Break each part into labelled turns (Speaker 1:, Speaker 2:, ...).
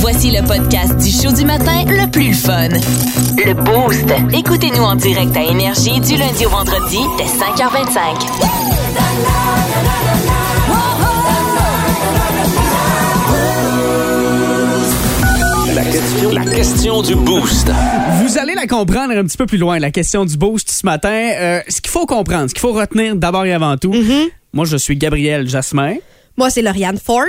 Speaker 1: Voici le podcast du show du matin le plus le fun. Le Boost. Écoutez-nous en direct à Énergie du lundi au vendredi dès 5h25.
Speaker 2: La question, la question du boost.
Speaker 3: Vous allez la comprendre un petit peu plus loin, la question du boost ce matin. Euh, ce qu'il faut comprendre, ce qu'il faut retenir d'abord et avant tout, moi je suis Gabriel Jasmin.
Speaker 4: Moi, c'est Lauriane Forbes.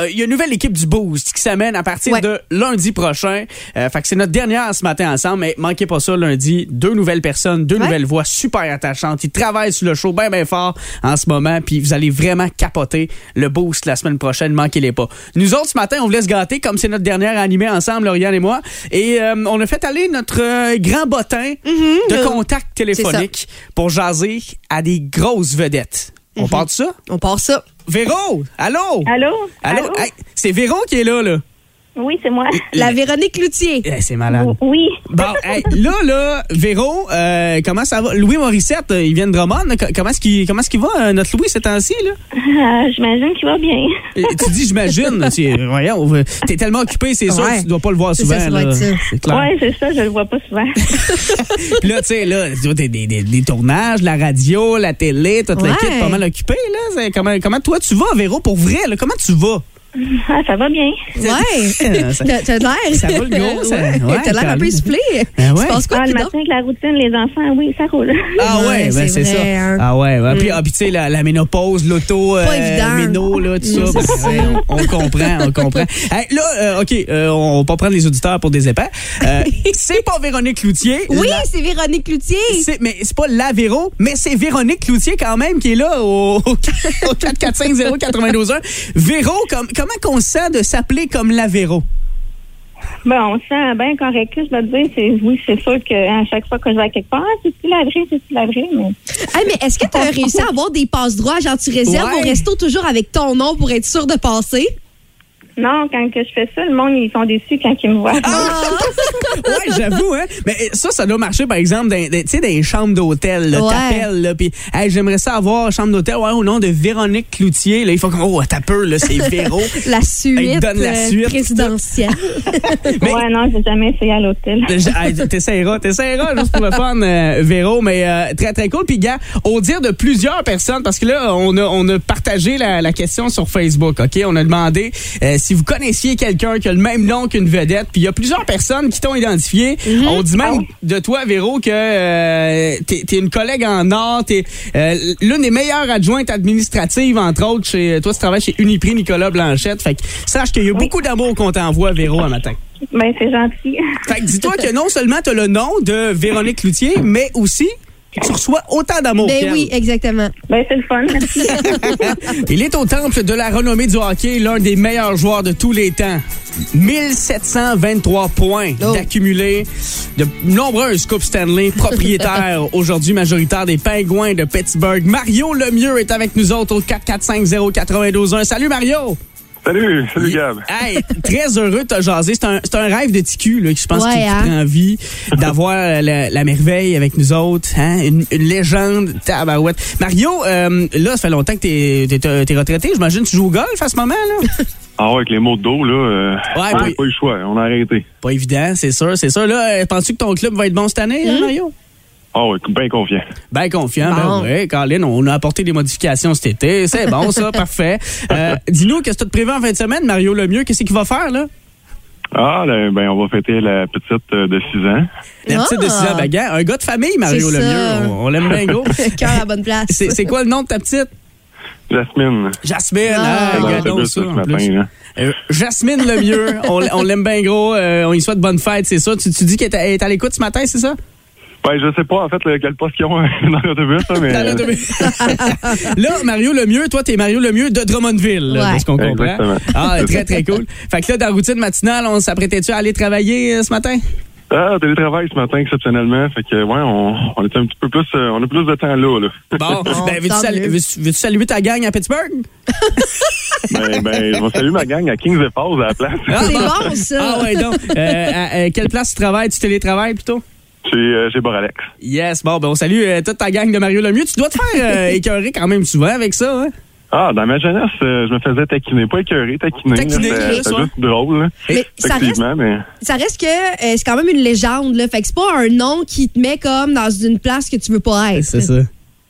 Speaker 3: Euh, Il y a une nouvelle équipe du Boost qui s'amène à partir
Speaker 4: Ouais.
Speaker 3: de lundi prochain. Euh, fait que c'est notre dernière ce matin ensemble, mais manquez pas ça lundi. Deux nouvelles personnes, deux
Speaker 4: Ouais.
Speaker 3: nouvelles voix super attachantes. Ils travaillent sur le show bien bien fort en ce moment, puis vous allez vraiment capoter le Boost la semaine prochaine. Manquez-les pas. Nous autres ce matin, on vous laisse gâter comme c'est notre dernière animée ensemble, Lauriane et moi, et euh, on a fait aller notre euh, grand bottin
Speaker 4: Mm-hmm,
Speaker 3: de contact téléphonique pour jaser à des grosses vedettes.
Speaker 4: Mm-hmm.
Speaker 3: On part de ça?
Speaker 4: On part ça.
Speaker 3: Véro, allô?
Speaker 5: Allô?
Speaker 3: Allô? Hey, c'est Véro qui est là, là.
Speaker 5: Oui, c'est moi.
Speaker 4: La Véronique Loutier.
Speaker 3: Eh, c'est malade.
Speaker 4: Oh,
Speaker 5: Oui,
Speaker 3: Bon, hey, là, là, Véro, euh, comment ça va? Louis Morissette, euh, il vient de Drummond. là. Co- Comment est-ce qu'il comment est-ce qu'il va, euh, notre Louis, ces temps-ci, là?
Speaker 5: euh, j'imagine qu'il va bien.
Speaker 3: Euh, tu dis, j'imagine. là, tu- euh, voyons, euh, t'es tellement occupé, c'est sûr,
Speaker 4: Ouais.
Speaker 3: tu dois pas le voir
Speaker 4: C'est
Speaker 3: souvent.
Speaker 4: ça, ça doit
Speaker 3: là.
Speaker 4: être ça.
Speaker 3: C'est clair.
Speaker 5: Ouais, c'est ça, je le vois pas souvent.
Speaker 3: Puis là, tu sais, là, tu vois, t'es des, des- des tournages, la radio, la télé, toute
Speaker 4: Ouais.
Speaker 3: l'équipe, pas mal occupé, là. C'est- Comment, comment toi, tu vas, Véro, pour vrai, là? Comment tu vas?
Speaker 5: Ah, ça va bien.
Speaker 4: Ouais.
Speaker 3: Ça-
Speaker 4: T'as t'as l'air.
Speaker 3: Ça va, le gros, ça?
Speaker 4: Ouais.
Speaker 3: Ouais,
Speaker 4: T'as l'air un peu
Speaker 3: Caroline.
Speaker 4: soufflé.
Speaker 3: Ben
Speaker 4: Tu
Speaker 3: ouais.
Speaker 4: penses quoi,
Speaker 5: Ah, le
Speaker 4: Pidon?
Speaker 5: matin avec la routine, les enfants, oui, ça roule.
Speaker 3: Ah ouais,
Speaker 4: Ouais,
Speaker 3: ben
Speaker 4: c'est
Speaker 3: c'est ça.
Speaker 4: vrai, hein.
Speaker 3: Ah ouais, ouais. Puis, ah, puis tu sais, la, la ménopause, l'auto, euh,
Speaker 4: Pas évident.
Speaker 3: méno, là, tout ça.
Speaker 4: Mm,
Speaker 3: ben,
Speaker 4: c'est ça.
Speaker 3: ouais, on, on comprend, on comprend. Hey, là, euh, OK, euh, on va pas prendre les auditeurs pour des épais. Euh, c'est pas Véronique Cloutier.
Speaker 4: Oui,
Speaker 3: La-
Speaker 4: c'est Véronique Loutier.
Speaker 3: c'est- mais c'est pas la Véro, mais c'est Véronique Cloutier quand même qui est là au, au 4450921. Véro, comme, comment qu'on se sent de s'appeler comme la Véro?
Speaker 5: Bon, on se sent bien correct, je dois te dire. C'est, oui, c'est sûr qu'à chaque fois que je vais à quelque part, Ah, c'est-tu la vraie, c'est-tu la vraie, mais...
Speaker 4: Hey, mais est-ce que t'as réussi à avoir des passes droits? Genre, tu réserves
Speaker 3: Ouais.
Speaker 4: au resto toujours avec ton nom pour être sûr de passer?
Speaker 5: Non, quand que je fais ça, le monde, ils sont déçus quand ils me voient.
Speaker 3: Ah, Ouais, j'avoue, hein. Mais ça, ça doit marcher, par exemple, dans, dans- tu sais, dans les chambres d'hôtel, là.
Speaker 4: Ouais.
Speaker 3: T'appelles, là, puis hey, j'aimerais ça avoir chambre d'hôtel, ouais, au nom de Véronique Cloutier, là. Il faut qu'on, oh, t'as peur, là, c'est Véro.
Speaker 4: La suite,
Speaker 3: Hey, donne la
Speaker 4: euh,
Speaker 3: suite.
Speaker 4: présidentielle.
Speaker 3: mais-
Speaker 5: Ouais, non, j'ai jamais essayé à l'hôtel.
Speaker 3: Je- hey, T'essaieras, t'essaieras juste pour le fun, euh, Véro, mais euh, très très cool. Puis gars, au dire de plusieurs personnes, parce que là, on a, on a partagé la, la question sur Facebook, OK? On a demandé euh, si vous connaissiez quelqu'un qui a le même nom qu'une vedette. Puis il y a plusieurs personnes qui t'ont identifié. On dit même de toi, Véro, que euh, t'es t'es une collègue en or, t'es euh, l'une des meilleures adjointes administratives, entre autres, chez toi, tu travailles chez Uniprix Nicolas Blanchette. Fait que sache qu'il y a beaucoup d'amour qu'on t'envoie, Véro, un matin.
Speaker 5: Ben, c'est gentil.
Speaker 3: Fait que dis-toi que non seulement t'as le nom de Véronique Loutier, mais aussi tu reçois autant d'amour
Speaker 4: Ben
Speaker 3: qu'elle. Hein?
Speaker 4: oui, exactement.
Speaker 5: Ben, c'est le fun, merci.
Speaker 3: Il est au temple de la renommée du hockey, l'un des meilleurs joueurs de tous les temps. 1723 points
Speaker 4: Oh.
Speaker 3: d'accumulés de nombreuses Coupes Stanley, propriétaire aujourd'hui majoritaire des Pingouins de Pittsburgh. Mario Lemieux est avec nous autres au 4450921. Salut Mario!
Speaker 6: Salut, salut Gab.
Speaker 3: Hey, très heureux de te jaser. C'est un, c'est un rêve de TQ, là, que je pense
Speaker 4: Ouais,
Speaker 3: qu'il
Speaker 4: hein?
Speaker 3: prend vie d'avoir la, la merveille avec nous autres. Hein? Une, une légende tabarouette. Mario, euh, là, ça fait longtemps que t'es es, retraité. J'imagine que tu joues au golf à ce moment, là?
Speaker 6: Ah ouais, avec les mots d'eau, là, euh,
Speaker 3: Ouais,
Speaker 6: on n'a
Speaker 3: oui.
Speaker 6: pas eu le choix, on a arrêté.
Speaker 3: Pas évident, c'est sûr, c'est sûr. Là, euh, penses-tu que ton club va être bon cette année,
Speaker 4: Hmm?
Speaker 3: hein, Mario?
Speaker 6: Ah ouais, bien confiant.
Speaker 3: Ben confiant,
Speaker 4: Bon.
Speaker 3: ben oui. Colin, on a apporté des modifications cet été. C'est bon, ça, parfait. Euh, Dis-nous, qu'est-ce que tu te prévu en fin de semaine, Mario Lemieux? Qu'est-ce qu'il va faire, là?
Speaker 6: Ah, là, ben, on va fêter la petite euh, de 6 ans.
Speaker 3: La petite de
Speaker 4: Ah.
Speaker 3: Suzanne Baguin, un gars de famille, Mario
Speaker 4: C'est ça.
Speaker 3: Lemieux. On, on l'aime bien gros.
Speaker 4: Cœur à la bonne place.
Speaker 3: C'est c'est quoi le nom de ta petite?
Speaker 6: Jasmine.
Speaker 3: Jasmine,
Speaker 4: Ah.
Speaker 3: ah,
Speaker 6: Dans
Speaker 3: regarde donc
Speaker 6: l'autobus
Speaker 3: ça,
Speaker 6: ce
Speaker 3: en
Speaker 6: matin,
Speaker 3: plus.
Speaker 6: là.
Speaker 3: Euh, Jasmine Lemieux, on, l- on l'aime bien gros, euh, on lui souhaite bonne fête, c'est ça. Tu, tu dis qu'elle est à- elle est à l'écoute ce matin, c'est ça?
Speaker 6: Ben, je sais pas, en fait, le- quel poste qu'ils ont euh, dans l'autobus, là, mais. euh,
Speaker 3: Dans l'autobus. là, Mario Lemieux, toi, t'es Mario Lemieux de Drummondville, là, de
Speaker 4: Ouais.
Speaker 3: ce qu'on comprend.
Speaker 6: Exactement.
Speaker 3: Ah, très, très cool. Fait que là, dans la routine matinale, on s'apprêtait-tu à aller travailler euh, ce matin?
Speaker 6: Ah, télétravail ce matin, exceptionnellement. Fait que, ouais, on, on est un petit peu plus, euh, on a plus de temps là, là.
Speaker 3: Bon, ben, veux-tu
Speaker 4: tant
Speaker 3: salu-
Speaker 4: mieux.
Speaker 3: veux-tu- veux-tu saluer ta gang à Pittsburgh?
Speaker 6: ben, ben, on salue ma gang à Kings et Falls à la place.
Speaker 4: C'est
Speaker 3: Ah,
Speaker 4: bon, ça.
Speaker 3: Ah ouais donc, euh, à, à quelle place tu travailles? Tu télétravailles plutôt?
Speaker 6: Chez, euh, chez Boralex.
Speaker 3: Yes, bon, ben on salue euh, toute ta gang de Mario Lemieux. Tu dois te faire euh, écœurer quand même souvent avec ça, hein?
Speaker 6: Ah, dans ma jeunesse, euh, je me faisais taquiner. Pas écœuré, taquiner. là.
Speaker 3: Taquiner,
Speaker 6: C'était-
Speaker 3: ok,
Speaker 6: C'était
Speaker 3: soit.
Speaker 6: juste drôle. là.
Speaker 4: Mais ça reste,
Speaker 6: Effectivement, mais...
Speaker 4: ça reste que euh, c'est quand même une légende. Là. Fait que c'est pas un nom qui te met comme dans une place que tu veux pas être.
Speaker 3: C'est ça.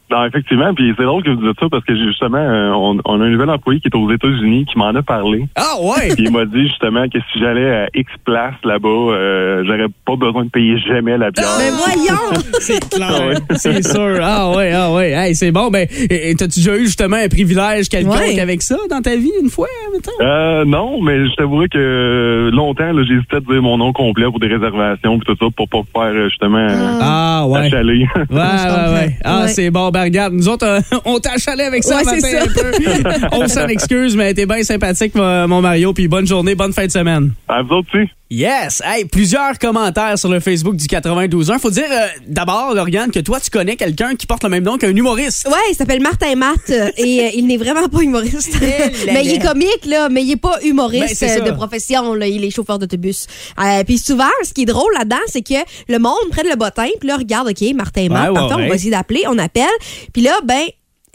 Speaker 6: Non, Ben, effectivement, puis c'est drôle que vous dites ça parce que j'ai justement, euh, on, on a un nouvel employé qui est aux États-Unis qui m'en a parlé.
Speaker 3: Ah ouais!
Speaker 6: Puis il m'a dit justement que si j'allais à X place là-bas, euh, j'aurais pas besoin de payer jamais la bière.
Speaker 3: Oh!
Speaker 4: Mais voyons!
Speaker 3: C'est
Speaker 6: Ah
Speaker 3: clair,
Speaker 6: ouais.
Speaker 3: c'est sûr. Ah ouais, ah ouais. Hey, c'est bon. Ben, et- et t'as-tu déjà eu justement un privilège quelconque
Speaker 4: Ouais.
Speaker 3: avec ça dans ta vie une fois, hein, mettons?
Speaker 6: Euh, non, mais je t'avouerais que euh, longtemps, là, j'hésitais à dire mon nom complet pour des réservations puis tout ça pour pas me faire euh, justement euh,
Speaker 3: Ah ouais.
Speaker 6: achaler.
Speaker 3: Ouais, ouais, ouais. Ah,
Speaker 4: Ouais.
Speaker 3: c'est bon. Ben, regarde, nous autres, euh, on t'a achalé avec ça
Speaker 4: Ouais,
Speaker 3: le matin
Speaker 4: c'est ça.
Speaker 3: un peu. on s'en excuse, mais t'es bien sympathique, mon mon Mario. Puis bonne journée, bonne fin de semaine.
Speaker 6: à vous autres, aussi?
Speaker 3: Yes! Hey, plusieurs commentaires sur le Facebook du 92.1. Faut dire, euh, d'abord, Lauriane, que toi, tu connais quelqu'un qui porte le même nom qu'un humoriste.
Speaker 4: Ouais, il s'appelle Martin Matt euh, et euh, il n'est vraiment pas humoriste.
Speaker 3: Eh là
Speaker 4: mais il est
Speaker 3: là.
Speaker 4: comique, là, mais il est pas
Speaker 3: Ben,
Speaker 4: humoriste
Speaker 3: c'est ça.
Speaker 4: euh, de profession. Là. Il est chauffeur d'autobus. Euh, puis souvent, ce qui est drôle là-dedans, c'est que le monde prenne le bottin, puis là, regarde, OK, Martin Matt,
Speaker 3: Ouais, ouais,
Speaker 4: parfait,
Speaker 3: ouais.
Speaker 4: on va essayer d'appeler, on appelle. Puis là, ben,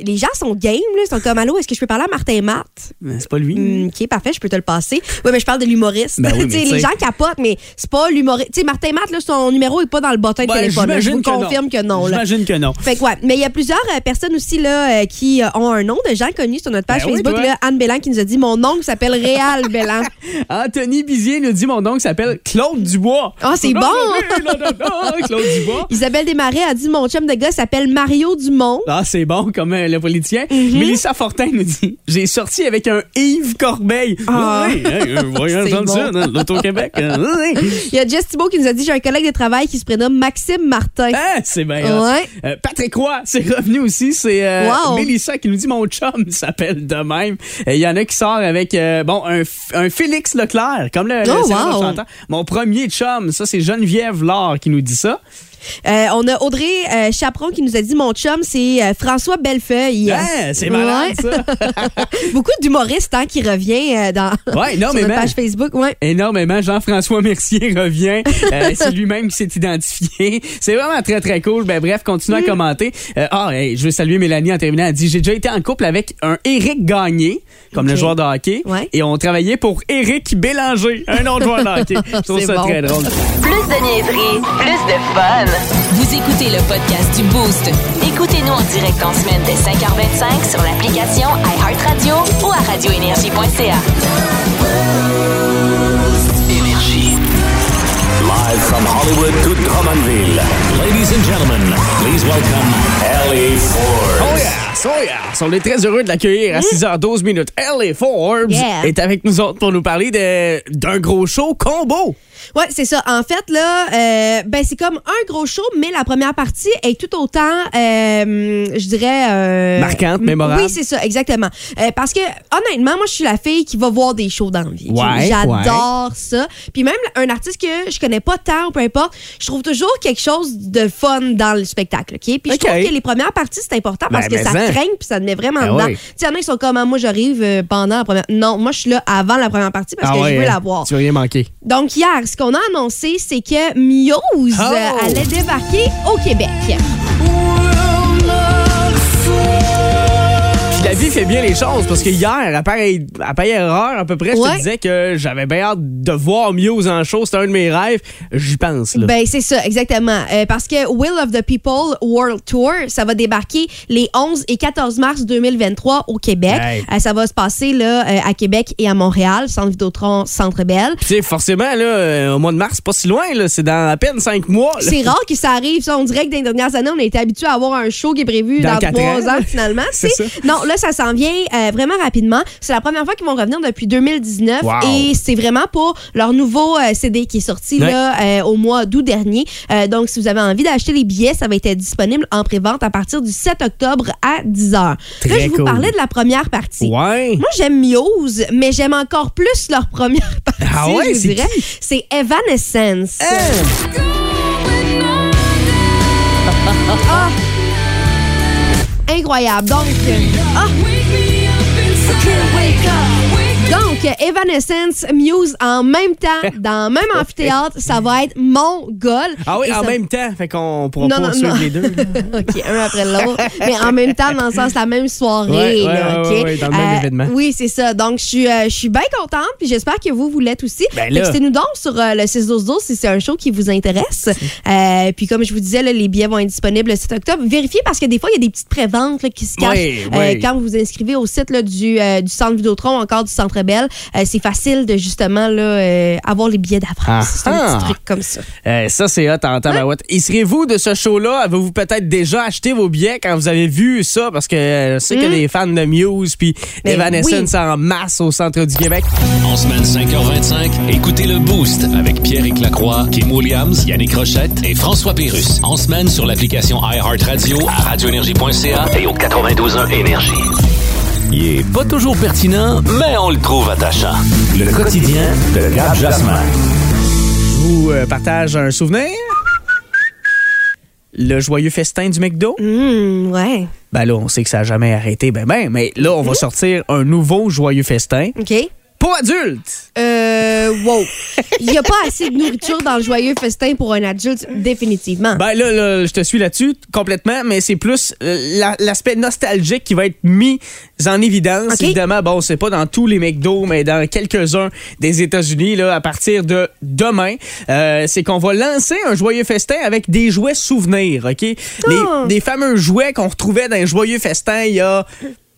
Speaker 4: les gens sont game, là, ils sont comme, allô, est-ce que je peux parler à Martin Matt?
Speaker 3: Mais c'est pas lui.
Speaker 4: Hmm, OK, parfait, je peux te le passer. Oui, mais je parle de l'humoriste.
Speaker 3: Ben oui, mais
Speaker 4: Tu sais,
Speaker 3: tu sais.
Speaker 4: les gens capotent, mais c'est pas l'humoriste. Tu sais, Martin Matt, là, son numéro est pas dans le bottin de
Speaker 3: Ouais,
Speaker 4: téléphone. là. Je vous
Speaker 3: Ben, j'imagine que
Speaker 4: confirme que non. là.
Speaker 3: J'imagine que non.
Speaker 4: Fait que ouais, mais il y a plusieurs euh, personnes aussi là euh, qui euh, ont un nom de gens connus sur notre page
Speaker 3: Ben oui,
Speaker 4: Facebook.
Speaker 3: toi.
Speaker 4: là, Anne Bellan qui nous a dit mon oncle s'appelle Réal Bellan.
Speaker 3: Anthony Bizier nous dit mon oncle s'appelle Claude Dubois.
Speaker 4: Ah, c'est
Speaker 3: Non,
Speaker 4: bon!
Speaker 3: non, non, non, non, Claude Dubois.
Speaker 4: Isabelle Desmarais a dit mon chum de gars s'appelle Mario Dumont.
Speaker 3: Ah, c'est bon, comme euh, le politicien.
Speaker 4: Mm-hmm.
Speaker 3: Mélissa Fortin nous dit J'ai sorti avec un Yves Corbeil.
Speaker 4: Ah.
Speaker 3: Oui, oui, hey, euh, voyons,
Speaker 4: C'est
Speaker 3: j'entends
Speaker 4: bon.
Speaker 3: ça, hein, l'Auto-Québec. hein, oui, oui.
Speaker 4: Il y a Jess Thibault qui nous a dit j'ai un collègue de travail qui se prénomme Maxime Martin.
Speaker 3: Ah, c'est bien. hot.
Speaker 4: Ouais.
Speaker 3: Euh, Patrick Roy, c'est revenu aussi. C'est euh,
Speaker 4: Wow.
Speaker 3: Mélissa qui nous dit Mon chum s'appelle de même. Et Il y en a qui sort avec euh, bon un, F- un Félix Leclerc, comme le, le
Speaker 4: Oh,
Speaker 3: célèbre
Speaker 4: wow.
Speaker 3: chanteur. Mon premier chum, ça, c'est Geneviève Laure qui nous dit ça.
Speaker 4: Euh, on a Audrey euh, Chaperon qui nous a dit mon chum c'est euh, François Bellefeuille.
Speaker 3: Ah, c'est malade,
Speaker 4: Ouais.
Speaker 3: ça.
Speaker 4: Beaucoup d'humoristes hein, qui revient euh, dans
Speaker 3: Ouais, non,
Speaker 4: sur
Speaker 3: mais
Speaker 4: notre
Speaker 3: man.
Speaker 4: page Facebook. Ouais.
Speaker 3: énormément. Jean-François Mercier revient. Euh, c'est lui-même qui s'est identifié. C'est vraiment très, très cool. Ben, bref, continue à
Speaker 4: Mm.
Speaker 3: commenter. Euh, ah, hey, je veux saluer Mélanie en terminant. Elle dit, j'ai déjà été en couple avec un Éric Gagné, comme le
Speaker 4: Ok.
Speaker 3: joueur de hockey.
Speaker 4: Ouais.
Speaker 3: Et on travaillait pour Éric Bélanger, un autre joueur de hockey. Je trouve
Speaker 4: C'est
Speaker 3: ça
Speaker 4: bon.
Speaker 3: très drôle. Oh,
Speaker 1: Plus de niaiserie, plus de fun. Vous écoutez le podcast du Boost. Écoutez-nous en direct en semaine dès 5h25 sur l'application iHeartRadio ou à radioénergie.ca.
Speaker 2: Énergie. Live from Hollywood to Drummondville. Ladies and gentlemen, please welcome Ellie Ford.
Speaker 3: Oh yes, oh yes. On est très heureux de l'accueillir à 6h12 minutes. Ellie Forbes
Speaker 4: Mm. Yeah.
Speaker 3: est avec nous autres pour nous parler de- d'un gros show combo.
Speaker 4: Oui, c'est ça. En fait, là, euh, ben, c'est comme un gros show, mais la première partie est tout autant, euh, je dirais... euh,
Speaker 3: Marquante, mémorable.
Speaker 4: Oui, c'est ça, exactement. Euh, parce que, honnêtement, moi, je suis la fille qui va voir des shows dans la vie.
Speaker 3: Ouais,
Speaker 4: J'adore ça. Puis même un artiste que je connais pas tant, ou peu importe, je trouve toujours quelque chose de fun dans le spectacle, OK? Puis je
Speaker 3: OK.
Speaker 4: trouve que les premières parties, c'est important parce
Speaker 3: Ben, mais
Speaker 4: que ça
Speaker 3: en.
Speaker 4: traîne puis ça te met vraiment
Speaker 3: Ben
Speaker 4: dedans.
Speaker 3: oui.
Speaker 4: Tu sais, il y en a qui sont comme, Ah, moi, j'arrive euh, pendant la première... Non, moi, je suis là avant la première partie parce
Speaker 3: Ah
Speaker 4: que
Speaker 3: ouais,
Speaker 4: je veux
Speaker 3: hein.
Speaker 4: la voir.
Speaker 3: Tu veux rien manquer.
Speaker 4: Donc hier, ce qu'on a annoncé, c'est que Muse
Speaker 3: Oh!
Speaker 4: euh, allait débarquer au Québec.
Speaker 3: Puis la vie fait bien les choses parce que hier, à pareille, à pareille erreur à peu près, je te
Speaker 4: Ouais.
Speaker 3: disais que j'avais bien hâte de voir Muse en show. C'était un de mes rêves. J'y pense. Là.
Speaker 4: Ben c'est ça, exactement. Euh, parce que Will of the People World Tour, ça va débarquer les 11 et 14 mars 2023 au Québec.
Speaker 3: Hey.
Speaker 4: Euh, ça va se passer là euh, à Québec et à Montréal, Centre Vidéotron, Centre Belle.
Speaker 3: Puis tu sais, forcément, là, euh, au mois de mars, c'est pas si loin. là. C'est dans à peine cinq mois. là.
Speaker 4: C'est rare que ça arrive. Ça, on dirait que dans les dernières années, on a été habitué à avoir un show qui est prévu
Speaker 3: Dans
Speaker 4: dans,
Speaker 3: quatre
Speaker 4: trois
Speaker 3: ans.
Speaker 4: ans, finalement.
Speaker 3: C'est
Speaker 4: tu sais.
Speaker 3: ça.
Speaker 4: Non, là, ça s'en vient euh, vraiment rapidement. C'est la première fois qu'ils vont revenir depuis 2019
Speaker 3: Wow.
Speaker 4: et c'est vraiment pour leur nouveau euh, CD qui est sorti
Speaker 3: Ouais.
Speaker 4: là, euh, au mois d'août dernier. Euh, donc, si vous avez envie d'acheter les billets, ça va être disponible en pré-vente à partir du 7 octobre à 10 h. Là,
Speaker 3: Très
Speaker 4: je
Speaker 3: cool.
Speaker 4: vous parlais de la première partie.
Speaker 3: Ouais.
Speaker 4: Moi, j'aime Muse, mais j'aime encore plus leur première partie,
Speaker 3: Ah ouais,
Speaker 4: je
Speaker 3: c'est
Speaker 4: vous dirais.
Speaker 3: qui?
Speaker 4: C'est Evanescence.
Speaker 3: Hein?
Speaker 4: Incroyable. Donc, ah,
Speaker 7: Wake me up inside. Wake up. Wake me
Speaker 4: Donc, Evanescence, Muse en même temps, dans le même amphithéâtre, ça va être mon goal.
Speaker 3: Ah oui,
Speaker 4: Et
Speaker 3: en
Speaker 4: ça-
Speaker 3: même temps. Fait qu'on pourra
Speaker 4: Non,
Speaker 3: pas
Speaker 4: non,
Speaker 3: suivre
Speaker 4: non.
Speaker 3: les deux.
Speaker 4: OK, un après l'autre. Mais en même temps, dans le sens, la même soirée.
Speaker 3: Ouais, ouais,
Speaker 4: là,
Speaker 3: ouais,
Speaker 4: OK? Euh,
Speaker 3: ouais, ouais, dans le même événement.
Speaker 4: Oui, c'est ça. Donc, je suis, euh, je suis bien contente, puis j'espère que vous, vous l'êtes aussi.
Speaker 3: Ben là.
Speaker 4: Textez-nous donc sur euh, le 6-12-12 si c'est un show qui vous intéresse. Euh, puis, comme je vous disais, là, les billets vont être disponibles le 7 octobre. Vérifiez parce que des fois, il y a des petites préventes là, qui se cachent
Speaker 3: Oui,
Speaker 4: euh,
Speaker 3: oui.
Speaker 4: quand vous vous inscrivez au site là, du, euh, du Centre Vidéotron, encore du Centre Belle. c'est facile de justement là, euh, avoir les billets
Speaker 3: Ah
Speaker 4: d'avance. C'est
Speaker 3: Ah-ha.
Speaker 4: un petit truc comme ça.
Speaker 3: Euh, ça, c'est hot, en tabarouette. Et serez-vous de ce show-là? Avez-vous peut-être déjà acheté vos billets quand vous avez vu ça? Parce que euh, je sais qu'il y a des fans de Muse puis
Speaker 4: Hmm? Ben
Speaker 3: Evanescence en masse au centre du Québec.
Speaker 2: En semaine 5h25, écoutez le Boost avec pierre Lacroix, Kim Williams, Yannick Rochette et François Pérus. En semaine sur l'application iHeartRadio à radioénergie.ca et au 92.1 Énergie. Il est pas toujours pertinent, mais on le trouve attachant. Le quotidien de Gab Jasmin.
Speaker 3: Je vous euh, partage un souvenir. Le joyeux festin du McDo.
Speaker 4: Hum, ouais.
Speaker 3: Ben là, on sait que ça n'a jamais arrêté. Ben ben, mais là, on va sortir un nouveau joyeux festin
Speaker 4: OK.
Speaker 3: pour adultes.
Speaker 4: Euh, wow. Il n'y a pas assez de nourriture dans le joyeux festin pour un adulte, définitivement.
Speaker 3: Ben là, là, je te suis là-dessus complètement, mais c'est plus euh, la- l'aspect nostalgique qui va être mis en évidence.
Speaker 4: Ok.
Speaker 3: Évidemment, bon, c'est pas dans tous les McDo, mais dans quelques-uns des États-Unis, là, à partir de demain, euh, c'est qu'on va lancer un joyeux festin avec des jouets souvenirs, OK?
Speaker 4: Ah!
Speaker 3: Les, des fameux jouets qu'on retrouvait dans les joyeux festins il y a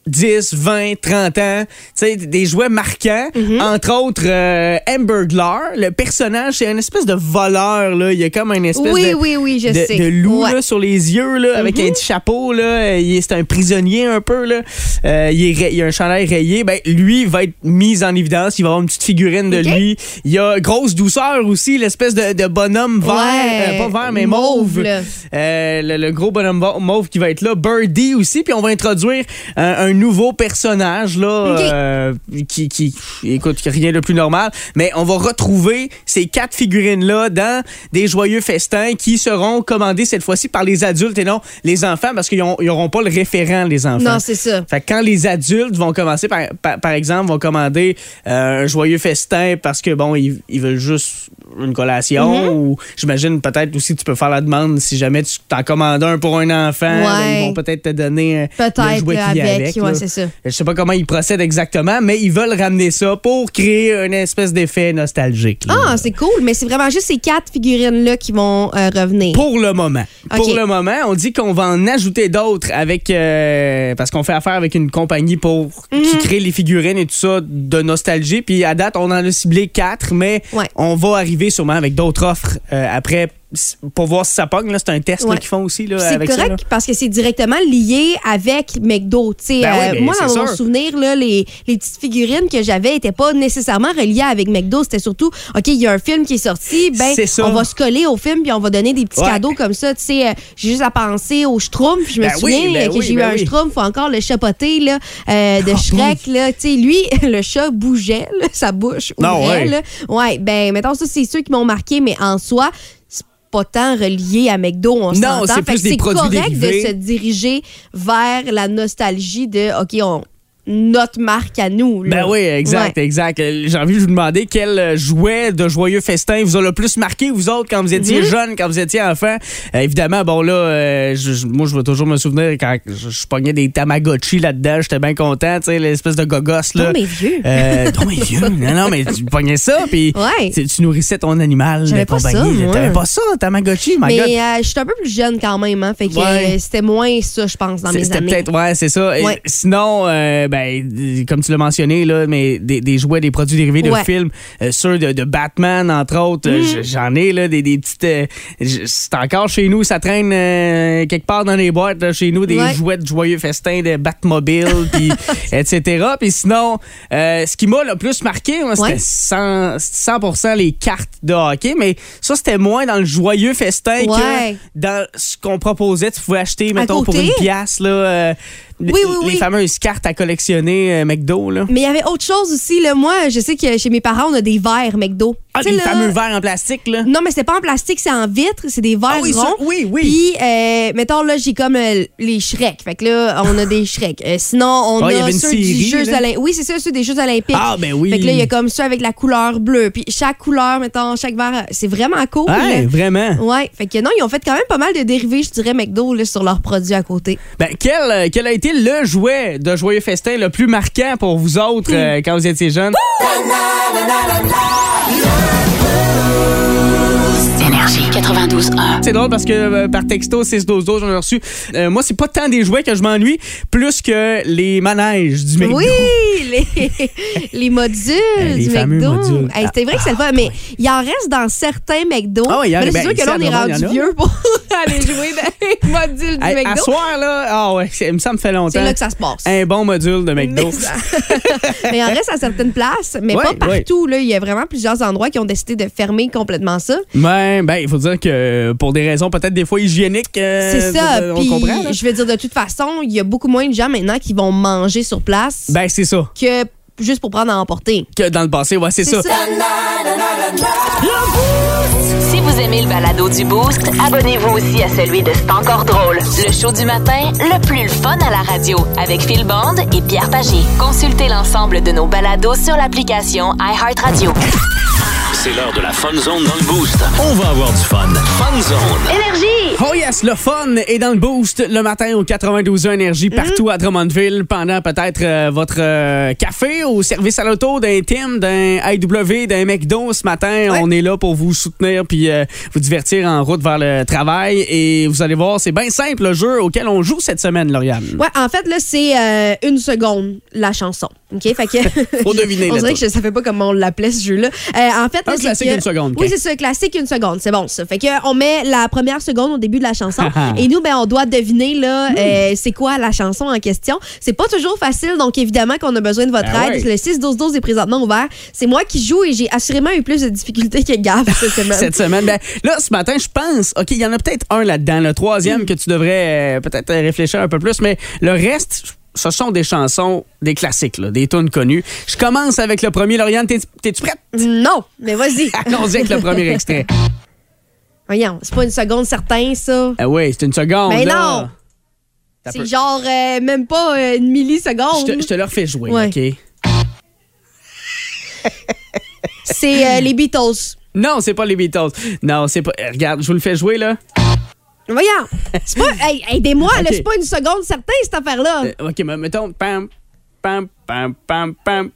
Speaker 3: 10, 20, 30 ans, tu sais, des jouets marquants,
Speaker 4: Mm-hmm.
Speaker 3: entre autres euh, Hamburglar, le personnage, c'est une espèce de voleur, là, il y a comme une espèce
Speaker 4: Oui,
Speaker 3: de,
Speaker 4: oui, oui, je
Speaker 3: de-
Speaker 4: sais.
Speaker 3: de loup
Speaker 4: Ouais. Mm-hmm.
Speaker 3: là, sur les yeux, là, avec un petit chapeau, là, il est- c'est un prisonnier un peu, là. Euh, il, est ra- il a un chandail rayé, ben, lui va être mis en évidence, il va avoir une petite figurine de
Speaker 4: Ok.
Speaker 3: lui. Il y a grosse douceur aussi, l'espèce de, de bonhomme vert,
Speaker 4: Ouais.
Speaker 3: euh, pas vert, mais
Speaker 4: Mauve,
Speaker 3: mauve.
Speaker 4: là.
Speaker 3: Euh, le, le gros bonhomme va- mauve qui va être là, Birdie aussi, puis on va introduire euh, un nouveau personnage là,
Speaker 4: Ok.
Speaker 3: euh, qui, qui, écoute, qui a rien de plus normal, mais on va retrouver ces quatre figurines là dans des joyeux festins qui seront commandés cette fois-ci par les adultes et non les enfants parce qu'ils n'auront pas le référent les enfants.
Speaker 4: Non, c'est ça.
Speaker 3: Fait que quand les adultes vont commencer, par, par, par exemple, vont commander euh, un joyeux festin parce que, bon, ils, ils veulent juste une collation
Speaker 4: Mm-hmm.
Speaker 3: ou j'imagine peut-être aussi tu peux faire la demande si jamais tu t'en commandes un pour un enfant.
Speaker 4: Ouais.
Speaker 3: ben, ils vont peut-être te donner euh, le
Speaker 4: Peut-être
Speaker 3: jouet
Speaker 4: là,
Speaker 3: qui
Speaker 4: avec.
Speaker 3: vient avec.
Speaker 4: ouais,
Speaker 3: là.
Speaker 4: c'est ça.
Speaker 3: Je sais pas comment ils procèdent exactement, mais ils veulent ramener ça pour créer une espèce d'effet nostalgique. là.
Speaker 4: Ah, c'est cool, mais c'est vraiment juste ces quatre figurines-là qui vont euh, revenir.
Speaker 3: Pour le moment.
Speaker 4: OK.
Speaker 3: Pour le moment, on dit qu'on va en ajouter d'autres avec euh, parce qu'on fait affaire avec une compagnie pour
Speaker 4: Mhm.
Speaker 3: qui crée les figurines et tout ça de nostalgie. Puis à date, on en a ciblé quatre, mais
Speaker 4: Ouais.
Speaker 3: on va arriver sûrement avec d'autres offres euh, après s- pour voir si ça pogne. là. C'est un test là,
Speaker 4: Ouais.
Speaker 3: qu'ils font aussi là,
Speaker 4: Puis C'est
Speaker 3: avec ça. là.
Speaker 4: correct parce que c'est directement lié avec McDo. tu sais.
Speaker 3: Ben oui,
Speaker 4: Euh,
Speaker 3: mais
Speaker 4: moi,
Speaker 3: c'est
Speaker 4: dans mon
Speaker 3: sûr.
Speaker 4: souvenir, là, les, les petites figurines que j'avais n'étaient pas nécessairement reliées avec McDo. C'était surtout, OK, il y a un film qui est sorti, ben,
Speaker 3: C'est ça.
Speaker 4: on va se coller au film puis on va donner des petits
Speaker 3: Ouais.
Speaker 4: cadeaux comme ça. tu sais, euh, J'ai juste à penser au Schtroumpf. Je me
Speaker 3: Ben oui,
Speaker 4: souviens
Speaker 3: ben
Speaker 4: euh, que
Speaker 3: oui,
Speaker 4: j'ai eu
Speaker 3: ben
Speaker 4: un
Speaker 3: oui.
Speaker 4: Schtroumpf ou encore le chapoté là, euh, de Shrek. Là, Tu sais, lui, le chat bougeait, là, sa bouche
Speaker 3: Non,
Speaker 4: ouvrait.
Speaker 3: ouais.
Speaker 4: là. Ouais, ben, mettons, ça, c'est ceux qui m'ont marqué, mais en soi, c'est pas tant relié à McDo, on
Speaker 3: Non,
Speaker 4: s'entend.
Speaker 3: c'est
Speaker 4: Fait
Speaker 3: plus
Speaker 4: que
Speaker 3: des produits
Speaker 4: correct
Speaker 3: dérivés.
Speaker 4: de se diriger vers la nostalgie de, OK, on, notre marque à nous. là.
Speaker 3: Ben oui, exact,
Speaker 4: Ouais.
Speaker 3: exact. Euh, J'ai envie de vous demander quel euh, jouet de joyeux festin vous a le plus marqué, vous autres, quand vous
Speaker 4: Mm-hmm.
Speaker 3: étiez jeune, quand vous étiez enfant. Euh, évidemment, bon, là, euh, je- je- moi, je vais toujours me souvenir quand je, je pognais des Tamagotchi là-dedans, j'étais bien content, tu sais, l'espèce de gogos, là.
Speaker 4: Non, mais vieux.
Speaker 3: Euh, non, mais vieux. Non, non, mais tu pognais ça, puis
Speaker 4: Ouais.
Speaker 3: tu, tu nourrissais ton animal.
Speaker 4: J'avais pas ça,
Speaker 3: compagnie, là.
Speaker 4: moi.
Speaker 3: T'avais pas ça, Tamagotchi, Oh my
Speaker 4: Mais
Speaker 3: God.
Speaker 4: euh, je suis un peu plus jeune quand même, hein, fait que
Speaker 3: Ouais.
Speaker 4: euh, c'était moins ça, je pense, dans mes
Speaker 3: C'était
Speaker 4: années.
Speaker 3: peut-être, ouais, c'est ça. Et
Speaker 4: Ouais.
Speaker 3: sinon, euh, ben, d- comme tu l'as mentionné, là, mais des, des jouets, des produits dérivés de
Speaker 4: Ouais. Mm-hmm.
Speaker 3: films, euh, ceux de, de Batman, entre autres, euh, j- j'en ai, là, des, des petites. euh, j- c'est encore chez nous, ça traîne euh, quelque part dans les boîtes, là, chez nous, des
Speaker 4: Ouais.
Speaker 3: jouets de joyeux festin, de Batmobile, puis etc. Puis sinon, euh, ce qui m'a le plus marqué, moi,
Speaker 4: Ouais.
Speaker 3: c'était 100, 100% les cartes de hockey, mais ça, c'était moins dans le joyeux festin
Speaker 4: Ouais.
Speaker 3: que dans ce qu'on proposait. Tu pouvais acheter, mettons, pour
Speaker 4: côté?
Speaker 3: une pièce, là, euh, les,
Speaker 4: oui, oui.
Speaker 3: les fameuses cartes à collectionner euh, McDo, là.
Speaker 4: Mais il y avait autre chose aussi. Là. Moi, je sais que chez mes parents, on a des verres McDo.
Speaker 3: Ah,
Speaker 4: Tu sais,
Speaker 3: les
Speaker 4: là-
Speaker 3: fameux verres en plastique, là.
Speaker 4: Non, mais c'est pas en plastique, c'est en vitre, c'est des verres
Speaker 3: Ah oui, ça-
Speaker 4: ronds.
Speaker 3: oui, oui.
Speaker 4: Puis, euh, mettons, là, j'ai comme euh, les Shrek. Fait que là, on a des Shrek. Euh, sinon, on
Speaker 3: Ouais, Ah, il y
Speaker 4: a
Speaker 3: avait une
Speaker 4: ceux
Speaker 3: série,
Speaker 4: du Jeux
Speaker 3: là.
Speaker 4: Olympiques. Oui, c'est ça, ceux des Jeux Olympiques.
Speaker 3: Ah, ben oui.
Speaker 4: Fait que là, il y a comme ceux avec la couleur bleue. Puis chaque couleur, mettons, chaque verre, c'est vraiment cool.
Speaker 3: Ouais,
Speaker 4: là.
Speaker 3: vraiment.
Speaker 4: Ouais, fait que non, ils ont fait quand même pas mal de dérivés, je dirais, McDo là, sur leurs produits à côté.
Speaker 3: Ben, quel, euh, quel a été le jouet de Joyeux Festin le plus marquant pour vous autres euh, quand vous étiez jeunes?
Speaker 1: Énergie 92.1.
Speaker 3: C'est drôle parce que euh, par texto 6-12-12, j'en ai reçu. Euh, moi, c'est pas tant des jouets que je m'ennuie, plus que les manèges du McDo.
Speaker 4: Oui, les, les modules
Speaker 3: Eh, Les
Speaker 4: du
Speaker 3: fameux
Speaker 4: McDo.
Speaker 3: modules.
Speaker 4: Hey, C'était vrai que c'est le fun, mais il en reste dans certains McDo.
Speaker 3: Ah ouais, il y en-
Speaker 4: mais là,
Speaker 3: ben,
Speaker 4: c'est sûr
Speaker 3: ici,
Speaker 4: que là, on
Speaker 3: à
Speaker 4: est
Speaker 3: Drummond, il y
Speaker 4: rendu
Speaker 3: en a.
Speaker 4: vieux pour aller jouer dans les modules du
Speaker 3: Hey, à
Speaker 4: McDo.
Speaker 3: soir, là, ah ouais, c'est- ça me fait longtemps.
Speaker 4: C'est là que ça se passe.
Speaker 3: Un bon module de McDo.
Speaker 4: mais il en reste à certaines places, mais
Speaker 3: Ouais,
Speaker 4: pas partout. là. Il y a vraiment plusieurs endroits qui ont décidé de fermer complètement ça.
Speaker 3: Ben, ben, il faut dire que pour des raisons peut-être des fois hygiéniques, euh,
Speaker 4: C'est ça.
Speaker 3: de- de- on
Speaker 4: Puis,
Speaker 3: comprend. là.
Speaker 4: je veux dire, de toute façon, il y a beaucoup moins de gens maintenant qui vont manger sur place
Speaker 3: Ben, c'est ça.
Speaker 4: que juste pour prendre à emporter.
Speaker 3: Que dans le passé, ouais, c'est ça.
Speaker 1: Si vous aimez le balado du Boost, abonnez-vous aussi à celui de C'est encore drôle. Le show du matin, le plus le fun à la radio, avec Phil Bond et Pierre Pagé. Consultez l'ensemble de nos balados sur l'application iHeartRadio.
Speaker 2: C'est l'heure de la Fun Zone dans le Boost. On va avoir du fun. Fun Zone.
Speaker 3: Oh yes, le fun est dans le boost le matin au 92.1 Énergie
Speaker 4: Mm-hmm.
Speaker 3: partout à Drummondville pendant peut-être euh, votre euh, café au service à l'auto d'un Tim, d'un IW, d'un McDo ce matin. On est là pour vous soutenir puis euh, vous divertir en route vers le travail. Et vous allez voir, c'est bien simple le jeu auquel on joue cette semaine, Lauriane.
Speaker 4: Ouais, en fait, là, c'est euh, une seconde, la chanson. OK? Fait que.
Speaker 3: Faut deviner,
Speaker 4: On
Speaker 3: là,
Speaker 4: dirait
Speaker 3: tout.
Speaker 4: que je savais pas comment on l'appelait, ce jeu-là. Euh, en fait,
Speaker 3: Un
Speaker 4: là, c'est
Speaker 3: classique,
Speaker 4: que-
Speaker 3: une seconde,
Speaker 4: Oui,
Speaker 3: ok.
Speaker 4: c'est ça, classique, une seconde. C'est bon, ça. Fait que, euh, on met la première seconde au début de la chanson. et nous, ben, on doit deviner, là, euh, c'est quoi la chanson en question. C'est pas toujours facile, donc évidemment qu'on a besoin de votre
Speaker 3: Ben
Speaker 4: aide.
Speaker 3: ouais.
Speaker 4: Le 6-12-12 est présentement ouvert. C'est moi qui joue et j'ai assurément eu plus de difficultés que Gab cette semaine.
Speaker 3: Cette semaine, ben, là, ce matin, je pense, OK, il y en a peut-être un là-dedans, le troisième que tu devrais euh, peut-être réfléchir un peu plus, mais le reste, ce sont des chansons, des classiques, là, des tunes connues. Je commence avec le premier. Lauriane, t'es- t'es-tu prête?
Speaker 4: Non, mais vas-y.
Speaker 3: Allons-y avec le premier extrait.
Speaker 4: Voyons, c'est pas une seconde certain, ça.
Speaker 3: Ah oui, c'est une seconde.
Speaker 4: Mais
Speaker 3: là.
Speaker 4: Ben non!
Speaker 3: T'as
Speaker 4: C'est
Speaker 3: peu.
Speaker 4: genre euh, même pas euh, une
Speaker 3: Je
Speaker 4: milliseconde.
Speaker 3: te, je te le refais jouer,
Speaker 4: Ouais.
Speaker 3: OK?
Speaker 4: C'est euh, les Beatles.
Speaker 3: Non, c'est pas les Beatles. Non, c'est pas. euh, Regarde, je vous le fais jouer, là.
Speaker 4: Voyons. C'est pas. hey, aidez-moi, là,
Speaker 3: Ok.
Speaker 4: c'est pas une seconde certaine, cette affaire-là.
Speaker 3: Euh, OK, mais mettons. Pam, pam, pam, pam, pam.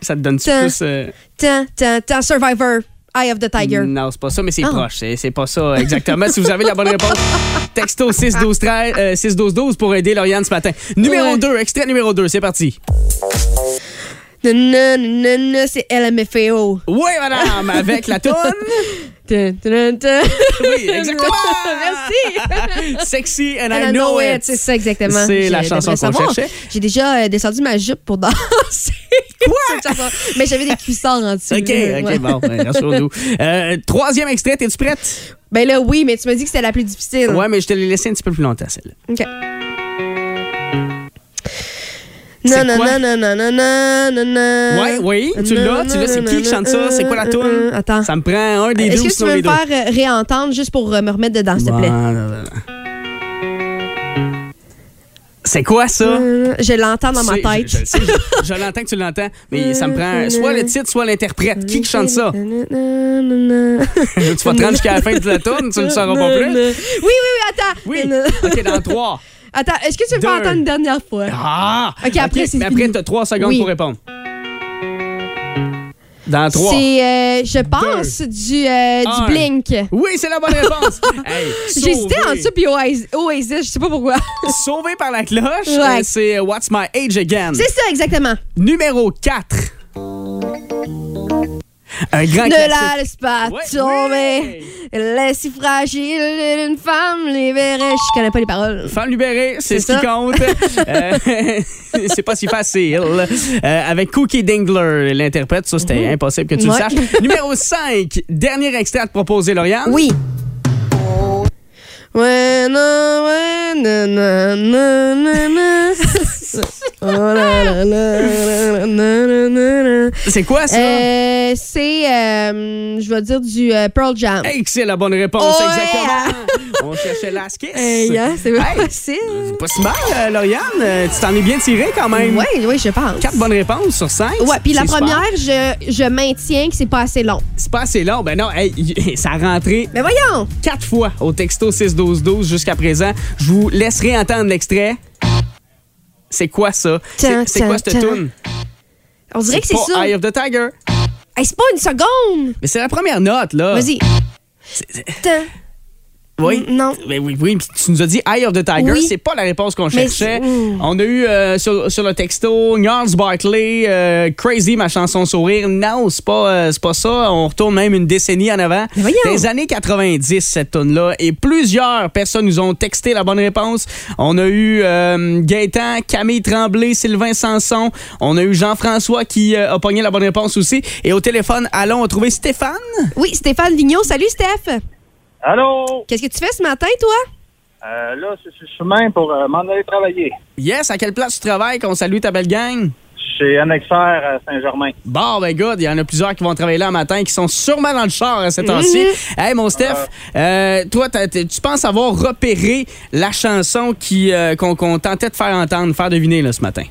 Speaker 3: Ça te donne-tu
Speaker 4: Tiens.
Speaker 3: plus. euh,
Speaker 4: Tant, tant, tant, Survivor, Eye of the Tiger.
Speaker 3: Non, c'est pas ça, mais c'est
Speaker 4: Ah.
Speaker 3: proche. C'est, c'est pas ça exactement. si vous avez la bonne réponse, texto 6 12 13 euh, 6 12 12 pour aider Lauriane ce matin. Numéro
Speaker 4: Ouais.
Speaker 3: 2, extrait numéro 2, c'est parti.
Speaker 4: Non, non, non, non, non, c'est LMFAO.
Speaker 3: Oui, madame, avec la toune.
Speaker 4: Tan, tan, tan.
Speaker 3: Oui, exactement.
Speaker 4: Merci.
Speaker 3: Sexy and,
Speaker 4: And
Speaker 3: I know it.
Speaker 4: C'est ça, exactement.
Speaker 3: C'est
Speaker 4: Je
Speaker 3: la chanson
Speaker 4: devrais
Speaker 3: qu'on
Speaker 4: savoir.
Speaker 3: cherchait.
Speaker 4: J'ai déjà euh, descendu ma jupe pour danser. Quoi? Mais j'avais des cuissards en dessous.
Speaker 3: OK, OK,
Speaker 4: là. Ouais.
Speaker 3: bon, ben, rassure-nous. Euh, troisième extrait, es-tu prête?
Speaker 4: Ben là, oui, mais tu m'as dit que c'était la plus difficile.
Speaker 3: Ouais, mais je te l'ai laissé un petit peu plus longtemps, celle-là.
Speaker 4: OK.
Speaker 3: C'est
Speaker 4: Non, non,
Speaker 3: quoi?
Speaker 4: non, non, non, non, non, non, non.
Speaker 3: Ouais, oui, tu
Speaker 4: Non,
Speaker 3: l'as,
Speaker 4: non,
Speaker 3: tu l'as, c'est
Speaker 4: non,
Speaker 3: qui
Speaker 4: non,
Speaker 3: qui chante ça? C'est quoi la
Speaker 4: non,
Speaker 3: toune?
Speaker 4: non, euh, Attends.
Speaker 3: Ça me prend un des deux,
Speaker 4: Est-ce
Speaker 3: ou
Speaker 4: que tu
Speaker 3: sinon
Speaker 4: veux
Speaker 3: les
Speaker 4: me
Speaker 3: deux.
Speaker 4: faire euh, réentendre juste pour euh, me remettre dedans, s'il te plaît?
Speaker 3: Bon, non, non, non. C'est quoi ça?
Speaker 4: Euh, Je l'entends dans ma
Speaker 3: Tu sais,
Speaker 4: tête. Mmh.
Speaker 3: Je, je le sais, je- je l'entends que tu l'entends, mais ça me prend soit le titre, soit l'interprète. Qui qui chante ça?
Speaker 4: Tu
Speaker 3: Tu vas te rendre jusqu'à la fin de la tourne, tu ne le sauras pas
Speaker 4: Oui,
Speaker 3: plus.
Speaker 4: oui, oui, attends.
Speaker 3: Oui.
Speaker 4: Non, non.
Speaker 3: OK, dans trois.
Speaker 4: Attends, est-ce que tu veux
Speaker 3: Deux.
Speaker 4: pas entendre une dernière fois?
Speaker 3: Ah!
Speaker 4: OK, après, c'est
Speaker 3: Mais après,
Speaker 4: fini.
Speaker 3: tu as trois secondes
Speaker 4: Oui.
Speaker 3: pour répondre. Dans trois.
Speaker 4: C'est, euh, je pense, du,
Speaker 3: Un.
Speaker 4: euh, du Blink.
Speaker 3: Oui, c'est la bonne réponse. hey,
Speaker 4: J'hésitais
Speaker 3: sauvé.
Speaker 4: en dessous puis Oasis, Oasis, je sais pas pourquoi.
Speaker 3: Sauvé par la cloche,
Speaker 4: Ouais.
Speaker 3: euh, c'est What's My Age Again.
Speaker 4: C'est ça, exactement.
Speaker 3: Numéro 4. Un grand
Speaker 4: Ne
Speaker 3: classique.
Speaker 4: la laisse pas
Speaker 3: Ouais,
Speaker 4: tomber. Elle est si fragile, une femme libérée. Je connais pas les paroles.
Speaker 3: Femme libérée, c'est ce
Speaker 4: C'est
Speaker 3: qui
Speaker 4: ça.
Speaker 3: compte. Euh, c'est pas si facile. Euh, avec Cookie Dingler, l'interprète, ça c'était
Speaker 4: Mhm.
Speaker 3: impossible que tu le
Speaker 4: Ouais.
Speaker 3: saches. Numéro 5, dernier extrait à te proposer, Lauriane.
Speaker 4: Oui. Ouais, non, ouais, non, non, non, non, non. Oh là là là là là là là là.
Speaker 3: C'est quoi ça?
Speaker 4: Euh, Euh, c'est, euh, je vais dire, du euh, Pearl Jam.
Speaker 3: Hey, c'est la bonne réponse,
Speaker 4: Ouais.
Speaker 3: exactement. On cherchait la Kiss.
Speaker 4: Oh, Hey, hein, c'est pas
Speaker 3: Hey.
Speaker 4: possible.
Speaker 3: Pas si mal, euh, Lauriane. Euh, tu t'en es bien tiré quand même.
Speaker 4: Oui, oui, je pense.
Speaker 3: Quatre bonnes réponses sur cinq.
Speaker 4: Ouais, puis la
Speaker 3: C'est super.
Speaker 4: première, je, je maintiens que c'est pas assez long.
Speaker 3: C'est pas assez long. Ben non, hey, y- ça a rentré
Speaker 4: Mais voyons!
Speaker 3: quatre fois au texto 6-12-12 jusqu'à présent. Je vous laisserai entendre l'extrait. C'est quoi ça?
Speaker 4: Tiens,
Speaker 3: C'est c'est quoi
Speaker 4: tiens,
Speaker 3: cette
Speaker 4: tiens.
Speaker 3: tune?
Speaker 4: On dirait que c'est ça.
Speaker 3: Eye of the Tiger.
Speaker 4: Hey, c'est pas une seconde!
Speaker 3: Mais c'est la première note, là.
Speaker 4: Vas-y. Tain.
Speaker 3: Oui.
Speaker 4: Mm, non.
Speaker 3: Mais oui, oui, puis tu nous as dit Eye of the Tiger.
Speaker 4: Oui.
Speaker 3: C'est pas la réponse qu'on
Speaker 4: Mais
Speaker 3: cherchait.
Speaker 4: c'est- Ouh.
Speaker 3: On a eu euh, sur, sur le texto Gnarls Barkley, euh, Crazy, ma chanson sourire. Non, c'est pas, euh, c'est pas ça. On retourne même une décennie en avant.
Speaker 4: Mais voyons.
Speaker 3: Des années 90, cette tune-là. Et plusieurs personnes nous ont texté la bonne réponse. On a eu euh, Gaëtan, Camille Tremblay, Sylvain Sanson. On a eu Jean-François qui euh, a pogné la bonne réponse aussi. Et au téléphone, allons trouver Stéphane.
Speaker 4: Oui, Stéphane Vigneault. Salut, Steph!
Speaker 8: Allô?
Speaker 4: Qu'est-ce que tu fais ce matin, toi?
Speaker 8: Euh, là, c'est sur le chemin pour euh, m'en aller travailler
Speaker 3: Yes, à quelle place tu travailles? Qu'on salue ta belle gang.
Speaker 8: chez Annexer à Saint-Germain.
Speaker 3: Bon, ben good, il y en a plusieurs qui vont travailler là un matin, qui sont sûrement dans le char à cette heure-ci. Hey, mon Steph, euh, toi, t'as- t'as- tu penses avoir repéré la chanson qui, euh, qu'on qu'on tentait de faire entendre, faire deviner là, ce matin?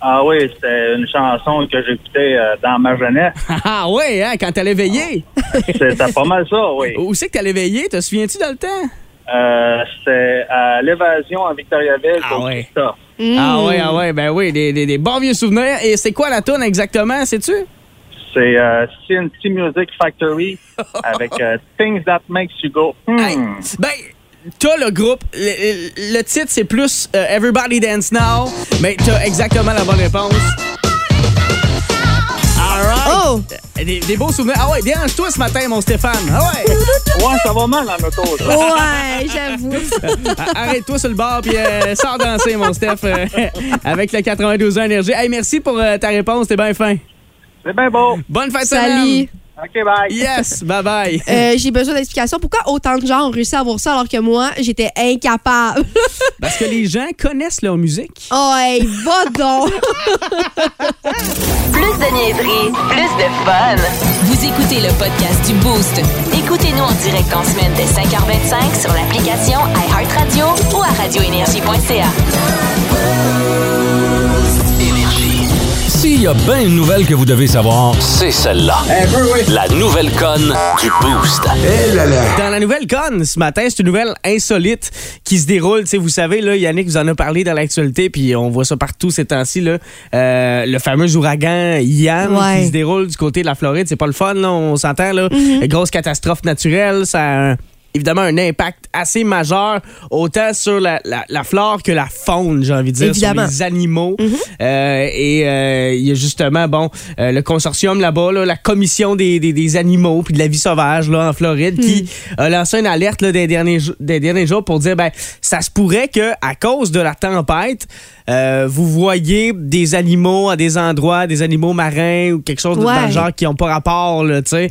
Speaker 8: Ah oui, c'était une chanson que j'écoutais euh, dans ma jeunesse.
Speaker 3: Ah ouais, hein, quand t'allais veiller.
Speaker 8: C'était pas mal ça, oui.
Speaker 3: Où c'est que t'allais veiller? Te souviens-tu dans le temps?
Speaker 8: Euh, c'était à l'évasion à Victoriaville.
Speaker 3: Ah
Speaker 8: pour
Speaker 3: ouais.
Speaker 8: Christophe.
Speaker 3: Ah ouais, ah ouais, ben oui, des, des, des bons vieux souvenirs. Et c'est quoi la tune exactement, sais-tu?
Speaker 8: C'est euh, CNC Music Factory avec euh, Things That Makes You Go. Hmm.
Speaker 3: Hey, ben, t'as le groupe. Le, le titre, c'est plus euh, Everybody Dance Now. Mais t'as exactement la bonne réponse. Alright.
Speaker 4: Oh!
Speaker 3: Euh, Des, des beaux souvenirs. Ah ouais, dérange-toi ce matin, mon Stéphane. Ah ouais.
Speaker 8: Ouais, ça va mal en auto. ça.
Speaker 4: Ouais, j'avoue.
Speaker 3: Ah, Arrête-toi sur le bar puis euh, sors danser, mon Steph, euh, avec le 92 ans énergie. Hey, merci pour euh, ta réponse. T'es bien fin.
Speaker 8: C'est bien beau.
Speaker 3: Bonne fête, semaine.
Speaker 4: Salut.
Speaker 8: OK, bye.
Speaker 3: Yes, bye bye.
Speaker 4: Euh, j'ai besoin d'explications. Pourquoi autant de gens ont réussi à avoir ça alors que moi, j'étais incapable?
Speaker 3: Parce que les gens connaissent leur musique.
Speaker 4: oh, hey, va donc!
Speaker 1: Plus de niaiserie, plus de fun. Vous écoutez le podcast du Boost. Écoutez-nous en direct en semaine dès 5h25 sur l'application iHeartRadio ou à radioénergie.ca.
Speaker 2: S'il y a bien une nouvelle que vous devez savoir, c'est celle-là. La nouvelle conne du Boost.
Speaker 3: Dans la nouvelle conne ce matin, c'est une nouvelle insolite qui se déroule. Tu sais, vous savez, là, Yannick vous en a parlé dans l'actualité, puis on voit ça partout ces temps-ci. là. Euh, le fameux ouragan Ian
Speaker 4: Ouais.
Speaker 3: qui se déroule du côté de la Floride, c'est pas le fun, là, on s'entend. là.
Speaker 4: Mm-hmm.
Speaker 3: Grosse catastrophe naturelle, ça a un- évidemment un impact assez majeur, autant sur la, la- la flore que la faune, j'ai envie de dire,
Speaker 4: Évidemment.
Speaker 3: sur les animaux. Euh, et euh, il y a justement, bon, euh, le consortium là-bas, là, la commission des, des- des animaux puis de la vie sauvage là, en Floride, qui a lancé une alerte là, des, derniers, jou- des derniers jours pour dire, ben, ça se pourrait que à cause de la tempête, euh, vous voyez des animaux à des endroits, des animaux marins ou quelque chose de- dans
Speaker 4: Ouais.
Speaker 3: le genre qui n'ont pas rapport, là, tu sais.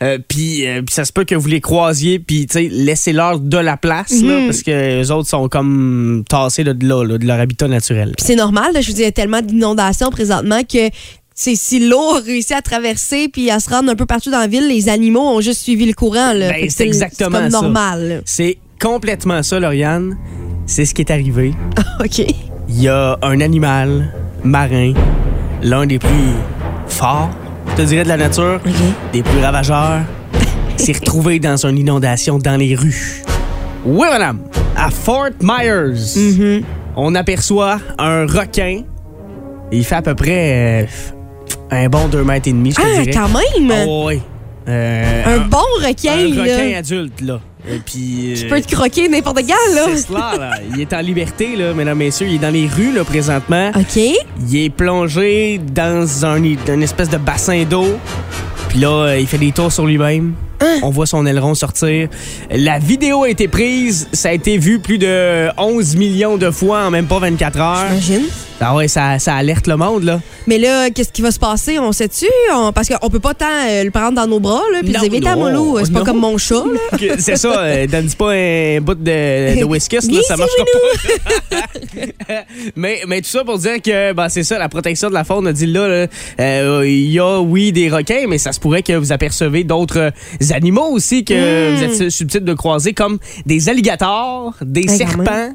Speaker 3: Euh, puis, euh, puis ça se peut que vous les croisiez, puis tu sais, laissez-leur de la place, là, parce que les autres sont comme tassés là, de là, là, de leur habitat naturel.
Speaker 4: Puis c'est normal, là, je vous dis, il y a tellement d'inondations présentement que c'est si l'eau a réussi à traverser puis à se rendre un peu partout dans la ville, les animaux ont juste suivi le courant. Là.
Speaker 3: Ben,
Speaker 4: Euh, Fait que
Speaker 3: c'est exactement
Speaker 4: C'est comme
Speaker 3: ça.
Speaker 4: normal.
Speaker 3: C'est complètement ça, Lauriane. C'est ce qui est arrivé.
Speaker 4: là. OK.
Speaker 3: Il y a un animal marin, l'un des plus forts, je te dirais, de la nature, des plus ravageurs, s'est retrouvé dans une inondation dans les rues. Oui, madame, à Fort Myers,
Speaker 4: Mm-hmm.
Speaker 3: on aperçoit un requin. Il fait à peu près euh, un bon 2 mètres et demi, je te
Speaker 4: Ah,
Speaker 3: dirais.
Speaker 4: quand même!
Speaker 3: Oh, oui. Euh,
Speaker 4: Un bon requin,
Speaker 3: un requin
Speaker 4: là.
Speaker 3: adulte, là. Et puis,
Speaker 4: Tu
Speaker 3: euh,
Speaker 4: peux te croquer n'importe quand, là.
Speaker 3: c'est cela, là. Il est en liberté, là, mesdames, messieurs. Il est dans les rues, là, présentement.
Speaker 4: OK.
Speaker 3: Il est plongé dans un, une espèce de bassin d'eau. Puis là, euh, il fait des tours sur lui-même.
Speaker 4: Hein?
Speaker 3: On voit son aileron sortir. La vidéo a été prise. Ça a été vu plus de 11 millions de fois en même pas 24 heures.
Speaker 4: Imagine.
Speaker 3: Ah ouais, ça, ça alerte le monde, là.
Speaker 4: Mais là, qu'est-ce qui va se passer? On sait-tu? On- Parce qu'on peut pas tant euh, le prendre dans nos bras, là, puis
Speaker 3: Non,
Speaker 4: dire, mais t'as
Speaker 3: non,
Speaker 4: mon loup, euh, c'est pas
Speaker 3: non.
Speaker 4: comme mon chat, là.
Speaker 3: Que- C'est ça, euh, donne pas un bout de, de whisky, sinon ça marchera pas. mais, mais tout ça pour dire que ben, c'est ça, la protection de la faune a dit là, là, euh, il y a oui des requins, mais ça se pourrait que vous apercevez d'autres euh, animaux aussi
Speaker 4: Hmm.
Speaker 3: que vous êtes susceptibles de croiser, comme des alligators, des
Speaker 4: quand
Speaker 3: serpents.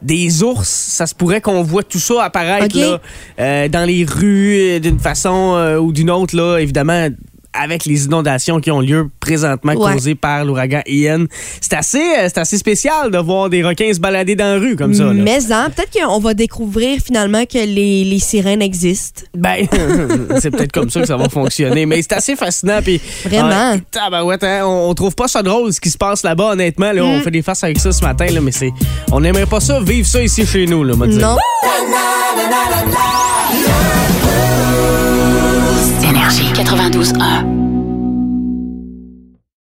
Speaker 3: Des ours, ça se pourrait qu'on voit tout ça apparaître
Speaker 4: Ok.
Speaker 3: là, euh, dans les rues euh, d'une façon euh, ou d'une autre, là, évidemment, avec les inondations qui ont lieu présentement
Speaker 4: Ouais.
Speaker 3: causées par l'ouragan Ian. C'est assez, euh, c'est assez spécial de voir des requins se balader dans la rue comme ça. là.
Speaker 4: Mais hein, peut-être qu'on va découvrir finalement que les, les sirènes existent.
Speaker 3: Ben, c'est peut-être comme ça que ça va fonctionner, mais c'est assez fascinant. Puis,
Speaker 4: Vraiment.
Speaker 3: Ouais, tabarouette, hein, on, on trouve pas ça drôle ce qui se passe là-bas, honnêtement. Là, On
Speaker 4: Mm.
Speaker 3: fait des faces avec ça ce matin, là, mais c'est, on n'aimerait pas ça vivre ça ici chez nous. Là, moi, dire.
Speaker 4: Non?
Speaker 1: Énergie 92.1.